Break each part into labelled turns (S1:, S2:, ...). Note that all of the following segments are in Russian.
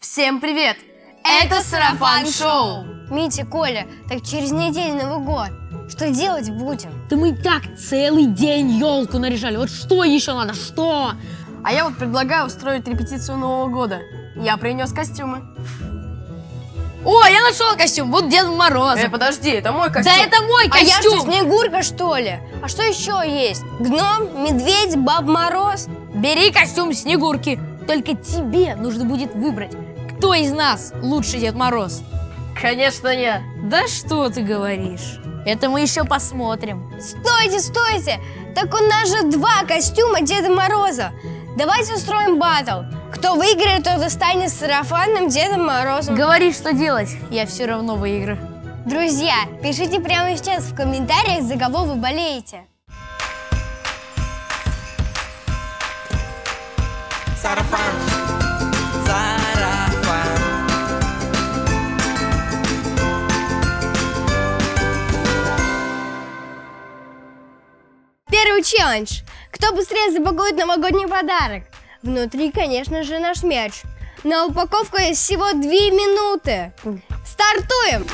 S1: Всем привет! Это Сарафан Шоу!
S2: Митя, Коля, так через неделю Новый год. Что делать будем?
S3: Да мы и так целый день елку наряжали. Вот что еще надо? Что?
S1: А я вот предлагаю устроить репетицию Нового года. Я принес костюмы.
S3: О, я нашел костюм. Вот Дед Мороз.
S1: Э, подожди, это мой костюм.
S3: да это мой
S2: А я что,
S3: костюм.
S2: Снегурка, что ли? А что еще есть? Гном, медведь, Баб Мороз?
S3: Бери костюм Снегурки. Только тебе нужно будет выбрать, кто из нас лучший Дед Мороз.
S1: Конечно, я.
S3: Да что ты говоришь? Это мы еще посмотрим.
S2: Стойте, стойте! Так у нас же два костюма Деда Мороза. Давайте устроим батл. Кто выиграет, тот и станет сарафанным Дедом Морозом.
S3: Говори, что делать. Я все равно выиграю.
S2: Друзья, пишите прямо сейчас в комментариях, за кого вы болеете.
S4: Сарафан. Сарафан.
S2: Первый челлендж. Кто быстрее запакует новогодний подарок? Внутри, конечно же, наш мяч. На упаковку есть всего 2 минуты. Стартуем!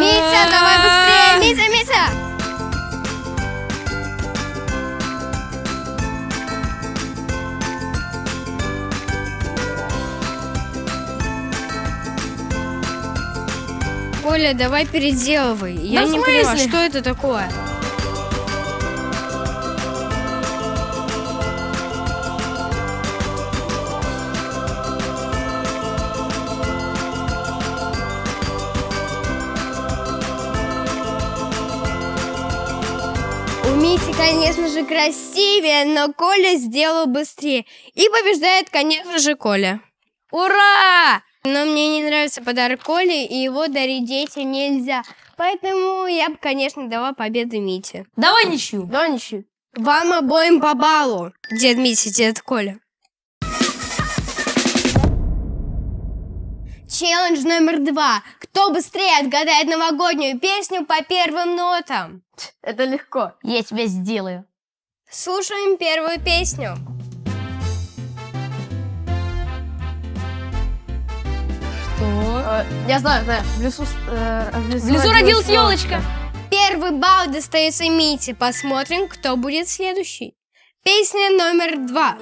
S2: Митя, давай быстрее! Митя, Митя! Коля, давай переделывай. Я
S3: Да в
S2: не понимаю,
S3: смысле?
S2: что это такое. У Мити, конечно же, красивее, но Коля сделал быстрее. И побеждает, конечно же, Коля.
S3: Ура!
S2: Но мне не нравится подарок Коле, и его дарить детям нельзя. Поэтому я бы, конечно, дала победу Мите.
S3: Давай ничью.
S1: Да ничего.
S2: Вам обоим по баллу, дед Митя, дед Коля. Челлендж номер два. Кто быстрее отгадает новогоднюю песню по первым нотам?
S1: Это легко.
S3: Я тебя сделаю.
S2: Слушаем первую песню.
S3: Что?
S1: Э, Я знаю, знаю. В лесу, с- э, в лесу,
S3: В лесу родилась елочка.
S2: Первый балл достается Мите. Посмотрим, кто будет следующий. Песня номер два.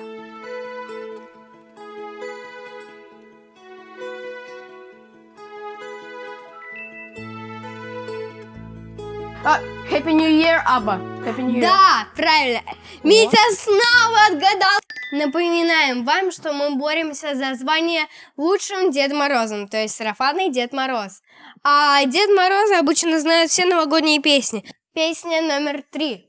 S1: А, Happy New Year, Аба. Happy New Year.
S2: Да, правильно. Митя снова отгадал. Напоминаем вам, что мы боремся за звание лучшим Дед Морозом, то есть сарафанный Дед Мороз. А Дед Мороз обычно знает все новогодние песни. Песня номер три.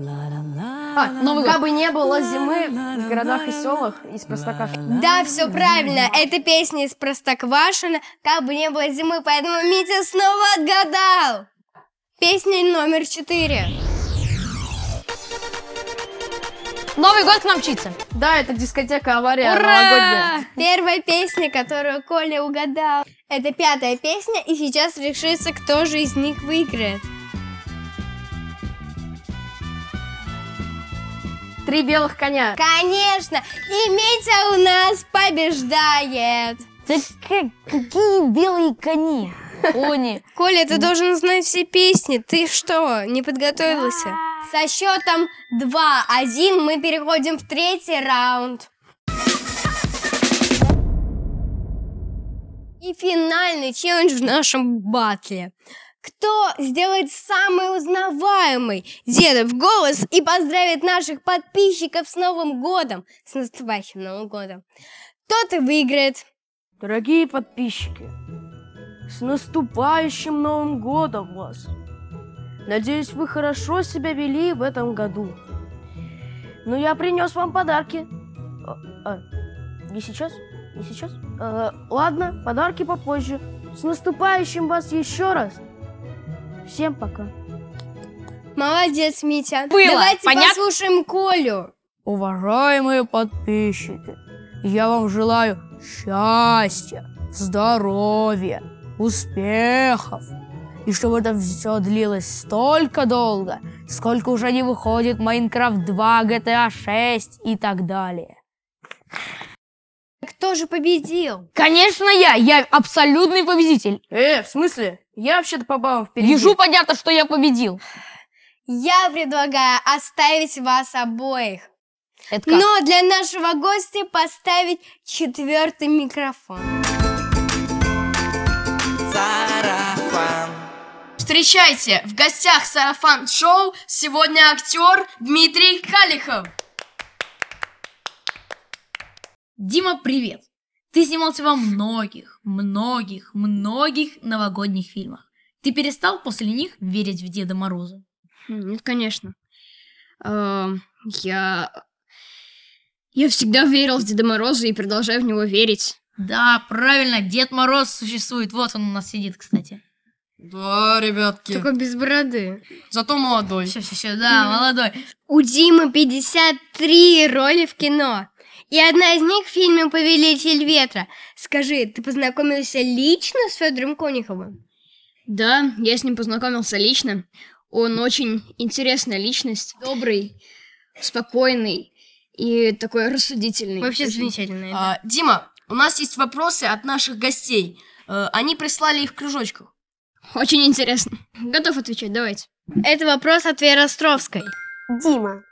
S1: А, как бы не было зимы в городах и селах из простокашки.
S2: Да, все правильно. Это песня из Простоквашина, как бы не было зимы, поэтому Митя снова отгадал. Песня номер четыре.
S3: Новый год к нам мчится.
S1: Да, это дискотека авария
S3: Ура!
S1: новогодняя.
S2: Первая песня, которую Коля угадал. Это пятая песня, и сейчас решится, кто же из них выиграет.
S1: Три белых коня.
S2: Конечно, и Митя у нас побеждает.
S3: какие белые кони? Они.
S2: Коля, ты должен знать все песни. Ты что, не подготовился? Со счетом 2-1 мы переходим в третий раунд. И финальный челлендж в нашем батле. Кто сделает самый узнаваемый дедов голос и поздравит наших подписчиков с Новым годом, с наступающим Новым годом, тот и выиграет.
S1: Дорогие подписчики, с наступающим Новым Годом вас! Надеюсь, вы хорошо себя вели в этом году. Но я принес вам подарки. А, а, не сейчас? Не сейчас? Э, ладно, подарки попозже. С наступающим вас еще раз. Всем пока.
S2: Молодец, Митя.
S3: Было.
S2: Давайте
S3: Понятно?
S2: послушаем Колю.
S3: Уважаемые подписчики, Я вам желаю счастья, здоровья, успехов. И чтобы это все длилось столько долго, сколько уже не выходит Майнкрафт 2, GTA 6 А и так далее.
S5: Кто же победил?
S3: Конечно, я! Я абсолютный победитель!
S1: Э, в смысле? Я вообще-то по баллам впереди.
S3: Ежу понятно, что я победил.
S5: Я предлагаю оставить вас обоих.
S3: Это как?
S5: Но для нашего гостя поставить четвертый микрофон.
S6: сарафан.
S1: Встречайте, в гостях Сарафан Шоу сегодня актер Дмитрий Калихов.
S3: Дима, привет! Ты снимался во многих, многих, многих новогодних фильмах. Ты перестал после них верить в Деда Мороза?
S2: Нет, конечно. А, Я... Я всегда верил в Деда Мороза и продолжаю в него верить.
S3: Да, правильно, Дед Мороз существует. Вот он у нас сидит, кстати.
S1: Да, ребятки.
S2: Только без бороды.
S1: Зато молодой.
S3: Все, все, все, да, молодой.
S5: У Димы 53 роли в кино. И одна из них в фильме «Повелитель ветра». Скажи, ты познакомился лично с Федором Кониховым?
S2: Да, я с ним познакомился лично. Он очень интересная личность. Добрый, спокойный и такой рассудительный.
S5: замечательно.
S1: А, Дима, у нас есть вопросы от наших гостей. Э, Они прислали их в кружочках.
S2: Очень интересно. Готов отвечать, давайте.
S5: Это вопрос от Веры Островской.
S7: Дима,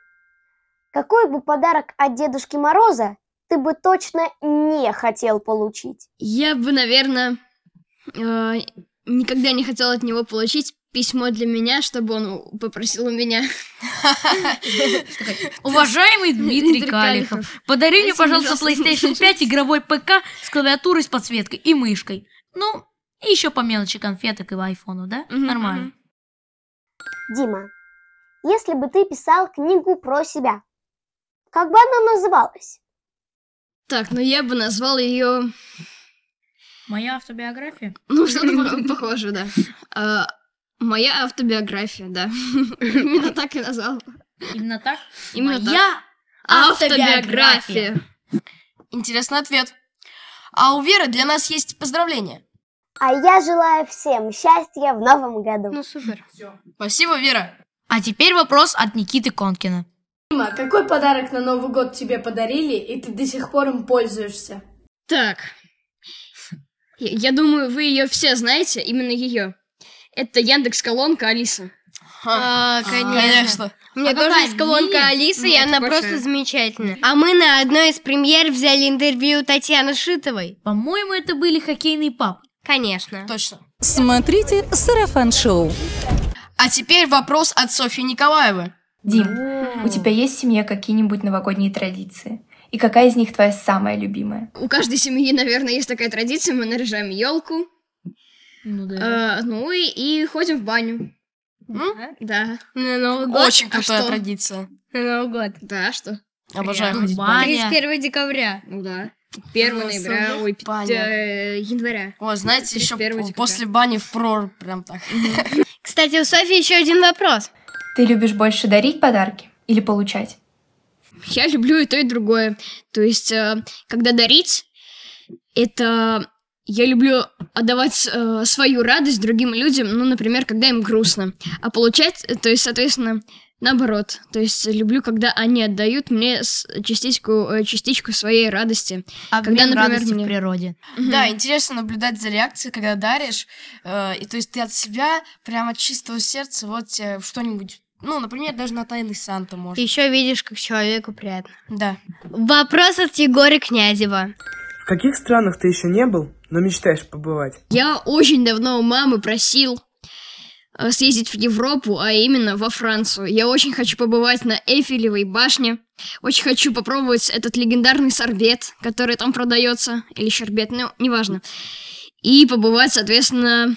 S7: какой бы подарок от Дедушки Мороза ты бы точно не хотел получить?
S2: Я бы, наверное, э, никогда не хотела от него получить письмо для меня, чтобы он попросил у меня.
S3: Уважаемый Дмитрий
S2: Дмитрий
S3: Калихов, подари мне,
S2: Спасибо,
S3: пожалуйста,
S2: пожалуйста.
S3: PlayStation 5, игровой ПК с клавиатурой, с подсветкой и мышкой. Ну, и еще по мелочи конфеток и айфону, да?
S2: Мгм,
S3: Нормально.
S2: мгм.
S7: Дима, если бы ты писал книгу про себя, как бы она называлась?
S2: Так, ну я бы назвал ее...
S3: Моя автобиография?
S2: Ну, что-то по- похоже, да. А, Моя автобиография, да. Именно так и назвал.
S3: Именно так?
S2: Именно так.
S3: Моя автобиография.
S1: Интересный ответ. А у Веры для нас есть поздравления.
S7: А я желаю всем счастья в новом году.
S2: Ну, супер.
S1: Спасибо, Вера.
S3: А теперь вопрос от Никиты Конкина.
S8: Дима, а какой подарок на Новый год тебе подарили, и ты до сих пор им пользуешься?
S2: Так. Я, я думаю, вы ее все знаете, именно ее. Это Яндекс Колонка Алиса.
S5: А,
S1: Конечно.
S5: У меня
S3: А
S5: тоже
S3: какая?
S5: есть колонка
S3: Мини?
S5: Алисы,
S2: Ну,
S5: и
S2: это
S5: она
S2: большая.
S5: просто замечательная. А мы на одной из премьер взяли интервью Татьяны Шитовой.
S3: По-моему, это были хоккейные папы.
S5: Конечно.
S1: Точно.
S9: Смотрите «Сарафан Шоу».
S1: А теперь вопрос от Софьи Николаевой.
S10: Дим, у тебя есть в семье какие-нибудь новогодние традиции? И какая из них твоя самая любимая?
S2: У каждой семьи, наверное, есть такая традиция. Мы наряжаем елку.
S3: Ну
S2: ну и, и ходим в баню.
S5: Ну?
S1: М?
S2: Да.
S5: На Новый год.
S1: Очень
S2: а
S1: крутая
S2: что?
S1: традиция.
S5: На Новый год.
S2: Да, что?
S1: Обожаю
S3: Прям
S1: ходить в
S3: баня.
S1: баню.
S5: 31 декабря.
S2: Ну да. 1 ноября, ой, пи-
S1: Баня.
S2: э, января.
S1: О, знаете, еще
S2: 31
S1: по-
S2: декабря.
S1: после бани в прор прям так.
S5: Кстати, у Софьи еще один вопрос.
S10: Ты любишь больше дарить подарки или получать?
S2: Я люблю и то, и другое. То есть, э, когда дарить, это я люблю отдавать э, свою радость другим людям, ну, например, когда им грустно. А получать, э, то есть, соответственно, наоборот. То есть, люблю, когда они отдают мне с- частичку, э, частичку своей радости.
S3: Обмен
S2: когда, например,
S3: радости в
S2: мне-
S3: природе.
S1: Да, интересно наблюдать за реакцией, когда даришь. э, И то есть ты от себя, прямо от чистого сердца, вот тебе что-нибудь. Ну, например, даже на тайный Санта может.
S5: Еще видишь, как человеку приятно.
S1: Да.
S5: Вопрос от Егора Князева.
S11: В каких странах ты еще не был, но мечтаешь побывать?
S2: Я очень давно у мамы просил э, съездить в Европу, а именно во Францию. Я очень хочу побывать на Эйфелевой башне. Очень хочу попробовать этот легендарный сорбет, который там продается. Или щербет, ну, неважно. И побывать, соответственно,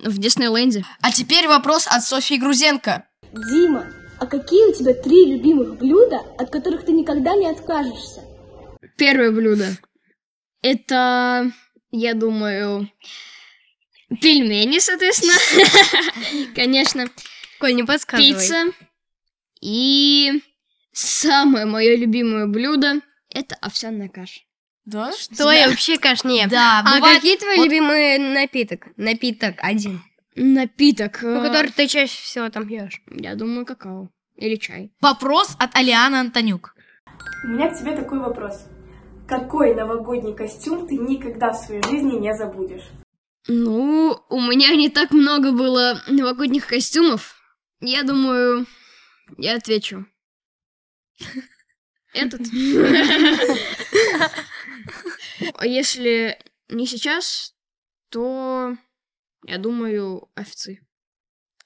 S2: в Диснейленде.
S1: А теперь вопрос от Софьи Грузенко.
S8: Дима, а какие у тебя три любимых блюда, от которых ты никогда не откажешься?
S2: Первое блюдо. Это, я думаю, пельмени, соответственно. Конечно.
S5: Коль, не подсказывай.
S2: пицца. И самое мое любимое блюдо Это овсяная каша.
S12: Да?
S5: Что я вообще, конечно, не ем.
S2: Да,
S5: а
S2: бывает-
S5: какие твои
S2: вот-
S5: любимые напиток? Напиток один.
S2: Напиток. э,
S5: Ну, который ты чаще всего там пьешь.
S2: Я думаю, какао. Или чай.
S12: Вопрос от Алианы Антонюк.
S8: У меня к тебе такой вопрос. Какой новогодний костюм ты никогда в своей жизни не забудешь?
S2: Ну, у меня не так много было новогодних костюмов. Я думаю, я отвечу. Этот. А Если не сейчас, то я думаю овцы.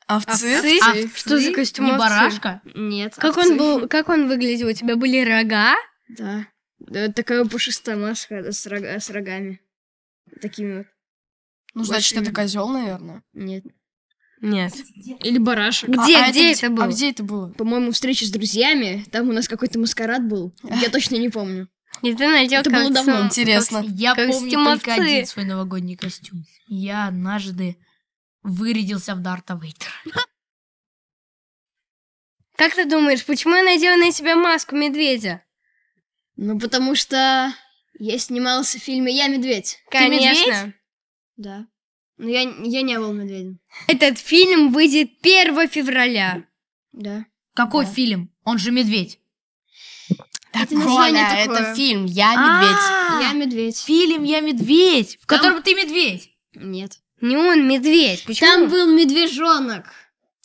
S12: Овцы?
S2: Овцы.
S5: А Что за костюм
S12: Не
S5: овцы?
S12: барашка?
S2: Нет.
S5: Как
S2: овцы.
S5: он был, как он выглядел? У тебя были рога?
S2: Да. Да, такая пушистая маска с, рога- с рогами. Такими вот.
S12: Ну, значит, это козел, наверное.
S2: Нет.
S5: Нет.
S2: Или барашек.
S5: Где- где это было?
S2: А где
S12: это было?
S2: По-моему, встреча с друзьями. Там у нас какой-то маскарад был. Я точно не помню.
S5: И ты надел
S2: Это было
S5: кольцо.
S2: давно.
S12: Интересно.
S5: Как-
S12: Я
S5: как
S12: помню
S5: стимовцы.
S12: только один свой новогодний костюм. Я однажды вырядился в Дарта Вейтера.
S5: Как ты думаешь, почему я надела на себя маску медведя?
S2: Ну, потому что я снимался в фильме «Я медведь». Ты медведь?
S5: Конечно.
S2: Да. Но я, я не был медведем.
S5: Этот фильм выйдет 1 февраля.
S2: Да.
S12: Какой фильм? Он же медведь.
S2: Это название такое.
S12: фильм «Я
S2: А,
S12: медведь».
S2: Я медведь.
S12: Фильм «Я медведь», в
S2: Там-
S12: котором ты медведь.
S2: Нет.
S5: Не он, медведь. Почему?
S2: Там был медвежонок.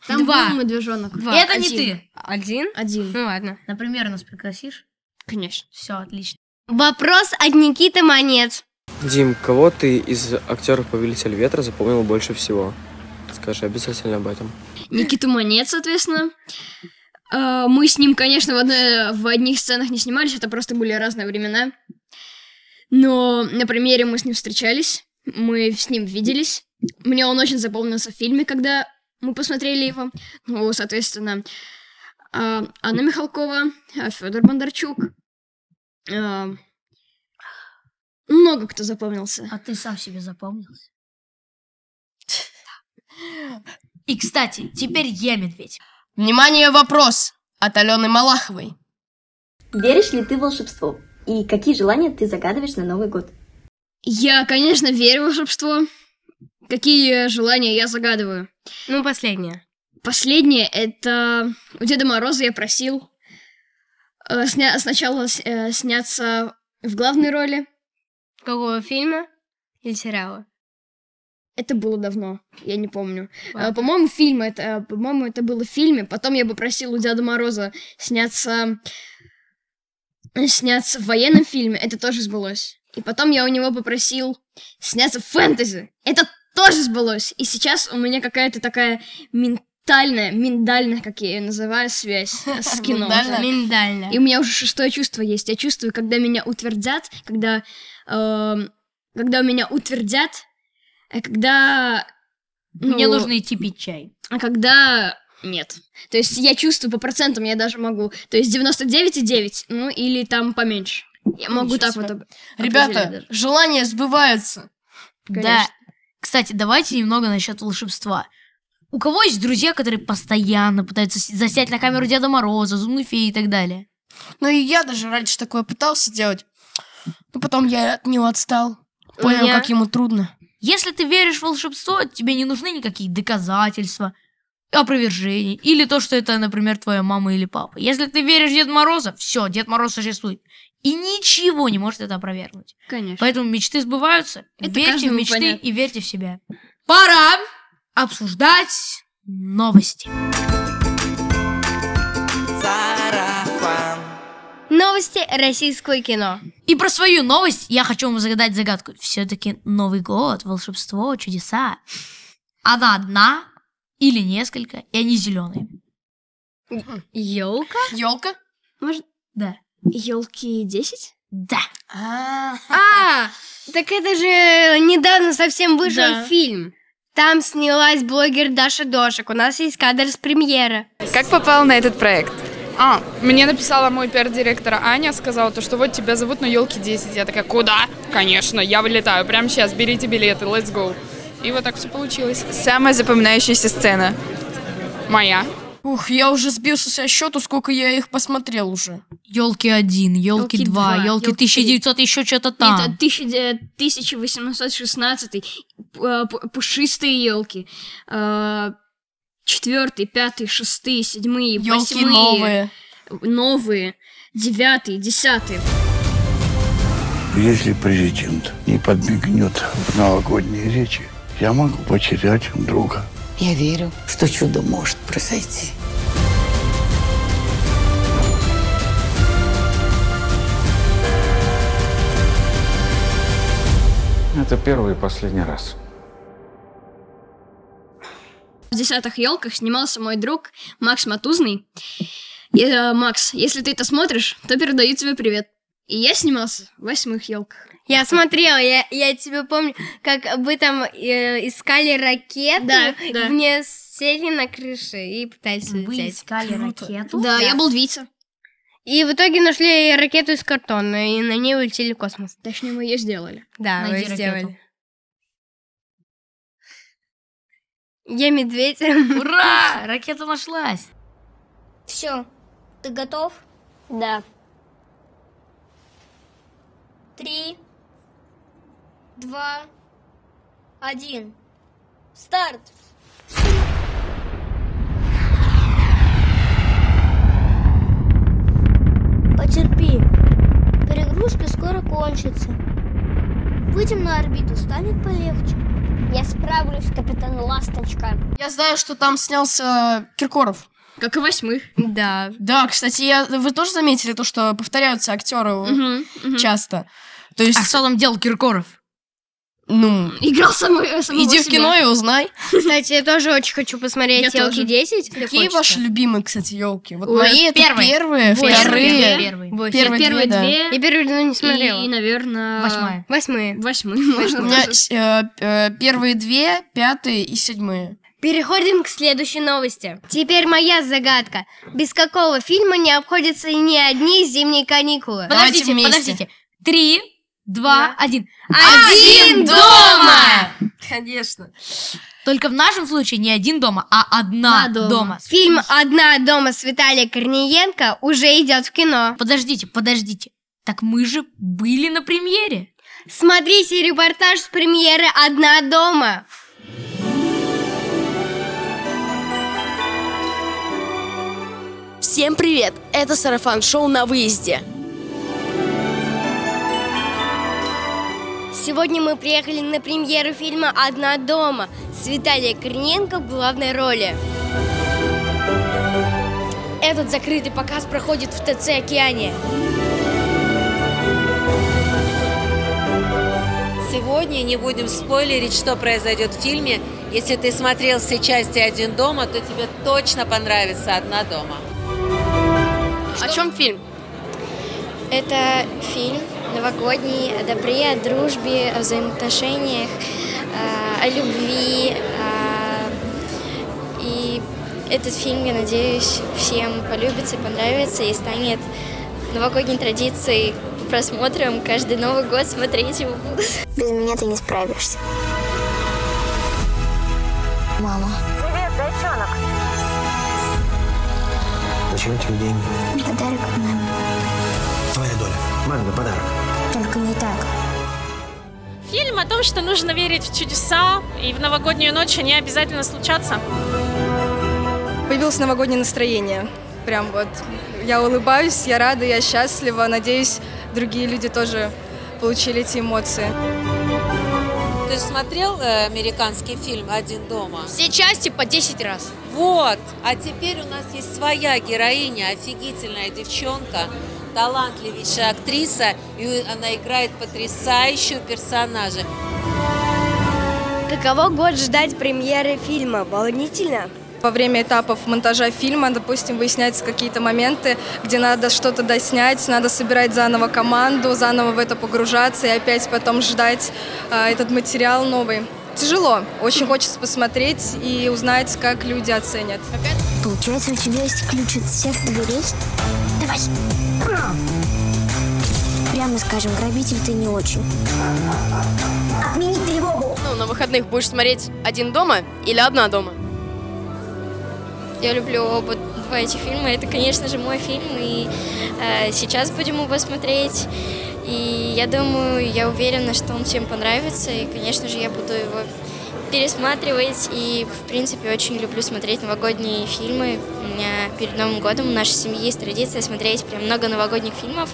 S2: Там
S12: Два.
S2: был медвежонок.
S12: Два. Это не
S2: Один.
S12: ты.
S5: Один?
S2: Один.
S5: Ну ладно.
S12: Например, нас пригласишь?
S2: Конечно.
S12: Все, отлично.
S5: Вопрос от Никиты Монец.
S13: Дим, кого ты из актеров «Повелитель ветра» запомнил больше всего? Скажи обязательно об этом.
S2: Никиту Монет, соответственно. А, Мы с ним, конечно, в, одной, в одних сценах не снимались, это просто были разные времена. Но на примере мы с ним встречались, мы с ним виделись. Мне он очень запомнился в фильме, когда мы посмотрели его. Ну, соответственно, а, Анна Михалкова, Федор Бондарчук. а, Много кто запомнился.
S12: А ты сам себе запомнился? И, кстати, теперь я медведь.
S14: Внимание, вопрос от Алены Малаховой.
S15: Веришь ли ты в волшебство? И какие желания ты загадываешь на Новый год?
S2: Я, конечно, верю в волшебство. Какие желания я загадываю?
S5: Ну, последнее.
S2: Последнее это у Деда Мороза я просил э, сня- сначала с- э, сняться в главной роли.
S5: Какого фильма или сериала?
S2: Это было давно, я не помню. Э,
S5: Ладно.
S2: по-моему, фильм это, э, по-моему, это было в фильме. Потом я попросил у Деда Мороза сняться э, сняться в военном фильме. Это тоже сбылось. И потом я у него попросил сняться в фэнтези. Это тоже сбылось. И сейчас у меня какая-то такая ментальная, миндальная, как я ее называю, связь с кино.
S5: Миндально.
S2: И у меня уже шестое чувство есть. Я чувствую, когда меня утвердят, когда, эм, когда меня утвердят, а когда...
S12: Мне
S2: ну,
S12: нужно идти пить чай.
S2: А когда... Нет. То есть я чувствую по процентам, я даже могу. То есть 99,9, ну или там поменьше. Я могу
S12: Ничего
S2: так
S12: себе.
S2: вот... об- определять
S12: Ребята,
S2: даже.
S12: желания сбываются. Да.
S2: Конечно.
S12: Кстати, давайте немного насчет волшебства. У кого есть друзья, которые постоянно пытаются с- заснять на камеру Деда Мороза, Зумной Феи и так далее?
S14: Ну и я даже раньше такое пытался делать, но потом я от него отстал. Понял,
S12: меня-
S14: как ему трудно.
S12: Если ты веришь в волшебство, тебе не нужны никакие доказательства, опровержений или то, что это, например, твоя мама или папа. Если ты веришь в Деда Мороза, все, Дед Мороз существует. И ничего не может это опровергнуть.
S2: Конечно.
S12: Поэтому мечты сбываются.
S2: Это
S12: верьте в
S2: каждому
S12: мечты
S2: понятно.
S12: и верьте в себя. Пора обсуждать новости.
S6: сарафан.
S5: Новости российского кино.
S12: И про свою новость я хочу вам загадать загадку. Все-таки Новый год, волшебство, чудеса. Она одна или несколько, и они зеленые.
S2: Елка?
S14: Елка?
S2: Может...
S12: Да.
S2: Елки 10?
S12: Да.
S5: А, так это же недавно совсем вышел
S2: Да.
S5: фильм. Там снялась блогер Даша Дошек. У нас есть кадр с премьеры.
S16: Как попал на этот проект? А, мне написала мой пиар-директор Аня, сказала, то, что вот тебя зовут на елке 10. Я такая, куда? Конечно, я вылетаю прямо сейчас, берите билеты, let's go. И вот так все получилось.
S17: Самая запоминающаяся сцена.
S16: Моя.
S1: Ух, я уже сбился со счету, сколько я их посмотрел уже.
S12: Елки один, елки
S2: Ёлки
S12: два,
S2: два,
S12: елки
S2: ёлки
S12: 1900 еще что-то там.
S1: А.
S2: Это э, 1816 э, п- пушистые елки. Четвертый, пятый, шестые, седьмые,
S1: Ёлки
S2: восьмые.
S1: новые.
S2: Новые. Девятый, десятый.
S18: Если президент не подмигнет в новогодней речи, я могу потерять друга.
S19: Я верю, что чудо может произойти.
S20: Это первый и последний раз.
S2: В десятых елках снимался мой друг Макс Матузный. И, э, Макс, если ты это смотришь, то передаю тебе привет. И я снимался в восьмых елках.
S21: Я смотрела, я, я тебя помню, как вы там э, искали ракету,
S2: Да, да.
S21: мне сели на крыше и пытались
S2: Вы
S21: улететь.
S2: искали Круто. ракету? Да, я был Витя.
S21: И в итоге нашли ракету из картона, и на ней улетели в космос.
S2: Точнее, мы ее сделали.
S21: Да,
S2: Найди
S21: вы
S2: ракету.
S21: сделали. Я медведь. Ура!
S12: Ракета нашлась.
S22: Все, ты готов? Да. Три, два, один. Старт! Потерпи. Перегрузка скоро кончится. Выйдем на орбиту, станет полегче. Я справлюсь, капитан Ласточка.
S1: Я знаю, что там снялся Киркоров.
S2: Как и восьмых.
S21: Да.
S1: Да, кстати, я... вы тоже заметили то, что повторяются актеры часто? То есть... А
S12: что там делал Киркоров?
S1: Ну...
S2: Играл самого-
S21: э,
S12: Ну,
S2: самого
S1: Иди в
S2: себя.
S1: кино и узнай.
S21: Кстати, я тоже очень хочу посмотреть
S1: Я
S21: елки
S1: тоже.
S21: 10. если
S1: Какие
S21: хочется.
S1: ваши любимые, кстати, елки? Вот
S21: Ой,
S1: мои это
S21: первые.
S1: первые,
S21: Восемь.
S1: вторые.
S21: Первые.
S1: Вот
S21: Первые
S1: Первые
S21: две,
S1: две.
S21: Я первую ну, не смотрела.
S2: И, наверное...
S21: Восьмая. Восьмые.
S2: Восьмые.
S1: У
S2: Можно
S1: меня
S2: даже.
S1: э, э, первые две, пятые и седьмые.
S21: Переходим к следующей новости. Теперь моя загадка. Без какого фильма не обходятся и ни одни зимние каникулы?
S12: Подождите, подождите. Три, два, один.
S21: Один дома!
S12: Конечно. Только в нашем случае не один дома, а одна дома.
S21: Фильм «Одна дома» с Виталией Корниенко уже идет в кино.
S12: Подождите, подождите. Так мы же были на премьере.
S21: Смотрите репортаж с премьеры «Одна дома».
S23: Всем привет! Это Сарафан Шоу на выезде.
S21: Сегодня мы приехали на премьеру фильма «Одна дома» с Виталией Корниенко в главной роли.
S24: Этот закрытый показ проходит в ТЦ «Океане».
S4: Сегодня не будем спойлерить, что произойдет в фильме. Если ты смотрел все части «Один дома», то тебе точно понравится «Одна дома».
S21: О чем фильм?
S24: Это Э, фильм новогодний о добре, о дружбе, о взаимоотношениях, э, о любви. э, И этот фильм, я надеюсь, всем полюбится, понравится и станет новогодней традицией по просмотрам. Каждый Новый год смотреть его буду.
S25: Без меня ты не справишься.
S24: Мама.
S25: Привет, зайчонок.
S26: Зачем тебе деньги?
S25: Подарок маме.
S26: Твоя доля. Мамин подарок.
S25: Только не так.
S27: Фильм о том, что нужно верить в чудеса, и в новогоднюю ночь они обязательно случатся.
S28: Появилось новогоднее настроение. Прям вот я улыбаюсь, я рада, я счастлива. Надеюсь, другие люди тоже получили эти эмоции.
S4: Ты же смотрел э, американский фильм «Один дома»?
S27: Все части по 10 раз.
S4: Вот. А теперь у нас есть своя героиня, офигительная девчонка, талантливейшая актриса, и она играет потрясающего персонажа.
S24: Каково год ждать премьеры фильма? Волнительно?
S28: Во время этапов монтажа фильма, допустим, выясняются какие-то моменты, где надо что-то доснять, надо собирать заново команду, заново в это погружаться и опять потом ждать а, этот материал новый. Тяжело. Очень хочется посмотреть и узнать, как люди оценят.
S25: Получается, у тебя есть ключ от всех дверей? Давай. Прямо скажем, грабитель ты не очень. Отменить тревогу.
S29: Ну, на выходных будешь смотреть один дома или одна дома?
S21: Я люблю оба два этих фильма. Это, конечно же, мой фильм, и э, сейчас будем его смотреть. И я думаю, я уверена, что он всем понравится, и, конечно же, я буду его пересматривать. И, в принципе, очень люблю смотреть новогодние фильмы. У меня перед Новым годом у нашей семьи есть традиция смотреть прям много новогодних фильмов.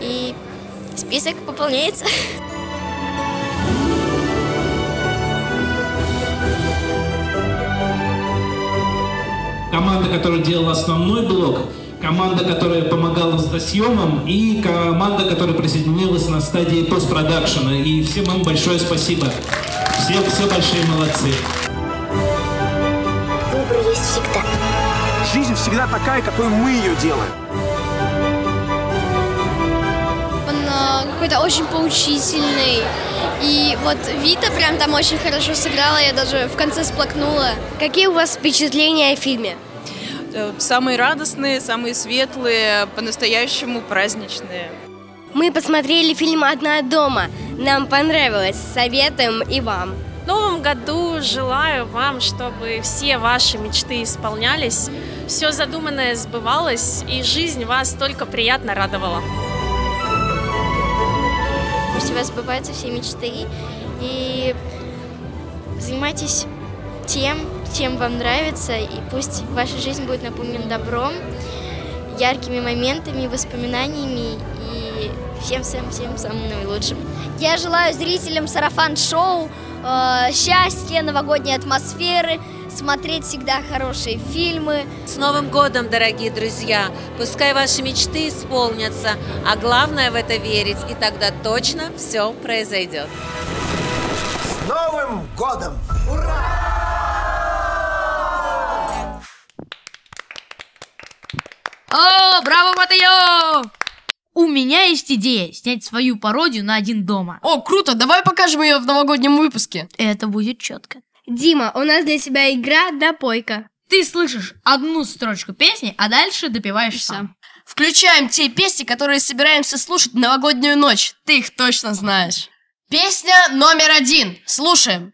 S21: И список пополняется.
S28: команда, которая делала основной блок, команда, которая помогала с досъемом, и команда, которая присоединилась на стадии постпродакшена. И всем им большое спасибо. Все, все большие молодцы.
S30: Выбор есть всегда. Жизнь всегда такая, какой мы ее делаем.
S31: Он э, какой-то очень поучительный. И вот Вита прям там очень хорошо сыграла, я даже в конце сплакнула. Какие у вас впечатления о фильме?
S32: Э, Самые радостные, самые светлые, по-настоящему праздничные.
S2: Мы посмотрели фильм «Одна дома». Нам понравилось. Советуем и вам.
S4: В новом году желаю вам, чтобы все ваши мечты исполнялись, все задуманное сбывалось, и жизнь вас только приятно радовала.
S21: Пусть у вас сбываются все мечты. И занимайтесь тем, чем вам нравится. И пусть ваша жизнь будет наполнена добром, яркими моментами, воспоминаниями и всем-всем-всем самым наилучшим.
S33: Я желаю зрителям сарафан-шоу э, счастья, новогодней атмосферы, смотреть всегда хорошие фильмы.
S34: С Новым годом, дорогие друзья! Пускай ваши мечты исполнятся, а главное в это верить, и тогда точно все произойдет.
S30: С Новым годом!
S12: О, браво, Матео! У меня есть идея снять свою пародию на один дома.
S1: О, круто, давай покажем ее в новогоднем выпуске.
S12: Это будет четко.
S2: Дима, у нас для тебя игра «Допойка».
S12: Ты слышишь одну строчку песни, а дальше допиваешь сам.
S1: Включаем те песни, которые собираемся слушать в новогоднюю ночь. Ты их точно знаешь. Песня номер один. Слушаем.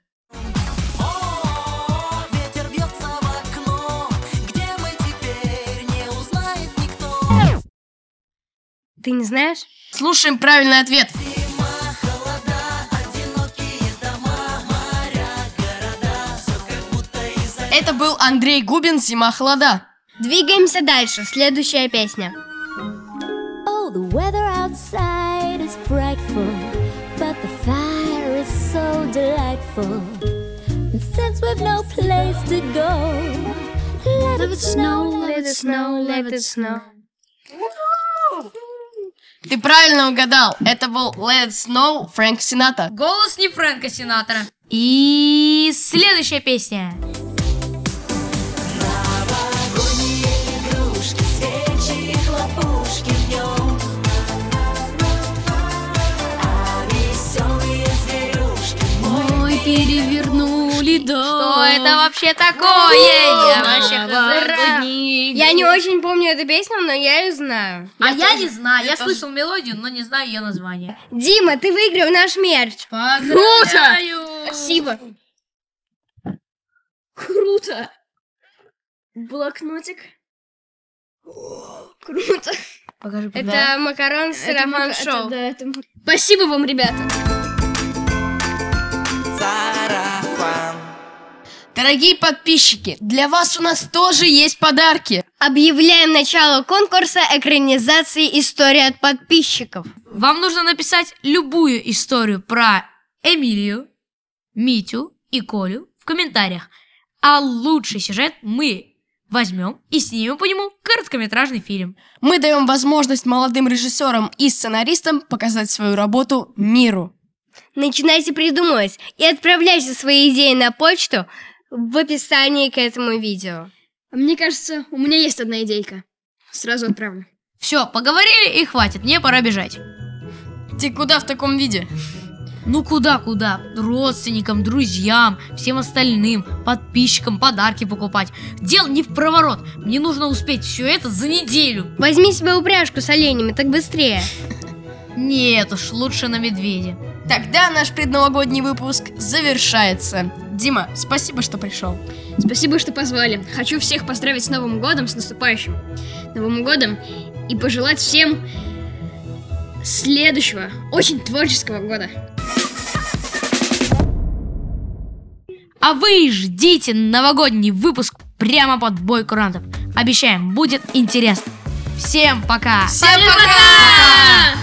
S2: Ты не знаешь?
S1: Слушаем правильный ответ. Это был Андрей Губин «Зима холода».
S2: Двигаемся дальше. Следующая песня.
S35: Oh, the weather outside is frightful, but the fire is so delightful. And since we've no place to go, let it snow, let it snow, let it snow.
S1: Ты правильно угадал. Это был Let It Snow Фрэнк Сината.
S12: Голос не Фрэнка Синатора. И следующая песня.
S36: Ой, перевернули дом.
S12: Что это вообще такое? Я вообще хз.
S2: Я не очень помню эту песню, но я ее знаю.
S12: А я не знаю, я слышал мелодию, но не знаю ее название.
S2: Дима, ты выиграл наш мерч.
S12: Поздравляю.
S2: Спасибо.
S36: Круто. Блокнотик. Круто.
S12: Покажи,
S2: Это макарон с
S36: Это
S2: сарафан
S36: мак-
S2: шоу.
S36: это да, это м- Спасибо вам, ребята.
S1: Дорогие подписчики, для вас у нас тоже есть подарки.
S2: Объявляем начало конкурса экранизации истории от подписчиков.
S12: Вам нужно написать любую историю про Эмилию, Митю и Колю в комментариях. А лучший сюжет мы возьмем и снимем по нему короткометражный фильм.
S1: Мы даем возможность молодым режиссерам и сценаристам показать свою работу миру.
S2: Начинайте придумывать и отправляйте свои идеи на почту в описании к этому видео.
S36: Мне кажется, у меня есть одна идейка. Сразу отправлю.
S12: Все, поговорили и хватит, мне пора бежать.
S1: Ты куда в таком виде?
S12: Ну куда-куда? Родственникам, друзьям, всем остальным, подписчикам подарки покупать. Дело не в проворот. Мне нужно успеть все это за неделю.
S2: Возьми себе упряжку с оленями, так быстрее.
S12: Нет уж, лучше на медведе.
S1: Тогда наш предновогодний выпуск завершается.
S2: Дима, спасибо, что пришел. Спасибо, что позвали. Хочу всех поздравить с Новым годом, с наступающим Новым годом и пожелать всем следующего, очень творческого года.
S12: А вы ждите новогодний выпуск прямо под бой курантов. Обещаем, будет интересно. Всем пока!
S14: Всем пока!